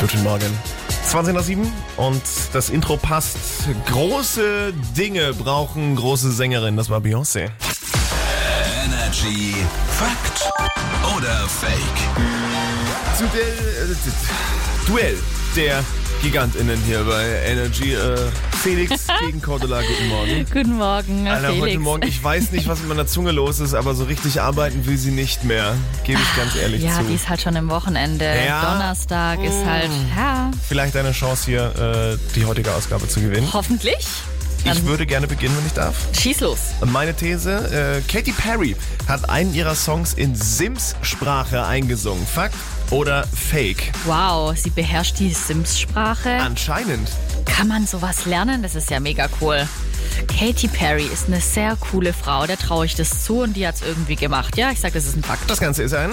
Guten Morgen. 20 nach 7 und das Intro passt. Große Dinge brauchen große Sängerinnen. Das war Beyoncé. Energy Fakt oder Fake? Zu der, äh, d- Duell der GigantInnen hier bei Energy. Äh, Felix gegen Cordula, guten Morgen. Guten Morgen, Alter, Felix. heute Morgen, ich weiß nicht, was mit meiner Zunge los ist, aber so richtig arbeiten will sie nicht mehr. Gebe ich ganz ehrlich ja, zu. die ist halt schon im Wochenende. Ja. Mm. Donnerstag ist halt, ja, Vielleicht eine Chance hier, äh, die heutige Ausgabe zu gewinnen. hoffentlich. Ich Dann würde gerne beginnen, wenn ich darf. schieß los. Meine These, äh, Katy Perry hat einen ihrer Songs in Sims-Sprache eingesungen. Fakt oder Fake? Wow, sie beherrscht die Sims-Sprache. Anscheinend. Kann man sowas lernen? Das ist ja mega cool. Katy Perry ist eine sehr coole Frau, der traue ich das zu und die hat's irgendwie gemacht. Ja, ich sag, das ist ein Fakt. Das Ganze ist ein...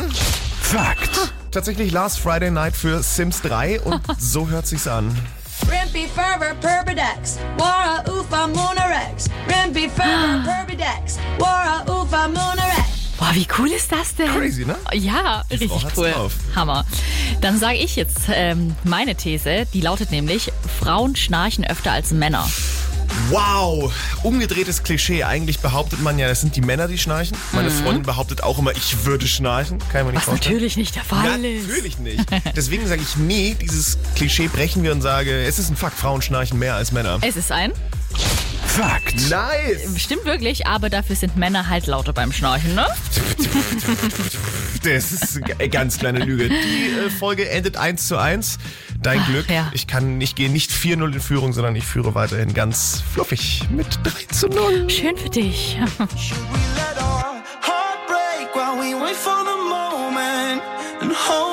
Fakt. Tatsächlich Last Friday Night für Sims 3 und so hört sich's an. Rimpy Ferber Perbidex, Wara Ufa Munarex. Rimpy Ferber Perbidex, Wara Ufa Munarex. Boah, wie cool ist das denn? Crazy, ne? Ja, richtig hat's cool. drauf. Hammer. Dann sage ich jetzt ähm, meine These, die lautet nämlich, Frauen schnarchen öfter als Männer. Wow, umgedrehtes Klischee. Eigentlich behauptet man ja, das sind die Männer, die schnarchen. Meine Freundin behauptet auch immer, ich würde schnarchen. Kann ich mir nicht Mhm. Was vorstellen. natürlich nicht der Fall ist. Natürlich nicht. Deswegen sage ich nie, dieses Klischee brechen wir und sage, es ist ein Fakt, Frauen schnarchen mehr als Männer. Es ist ein. Fakt. Nice! Stimmt wirklich, aber dafür sind Männer halt lauter beim Schnorchen, ne? Das ist eine ganz kleine Lüge. Die äh, Folge endet 1 zu 1. Dein Ach, Glück. ja. Ich kann, ich gehe nicht 4-0 in Führung, sondern ich führe weiterhin ganz fluffig mit 3 zu 0. Schön für dich. We let our heart break while we wait for the moment and hold.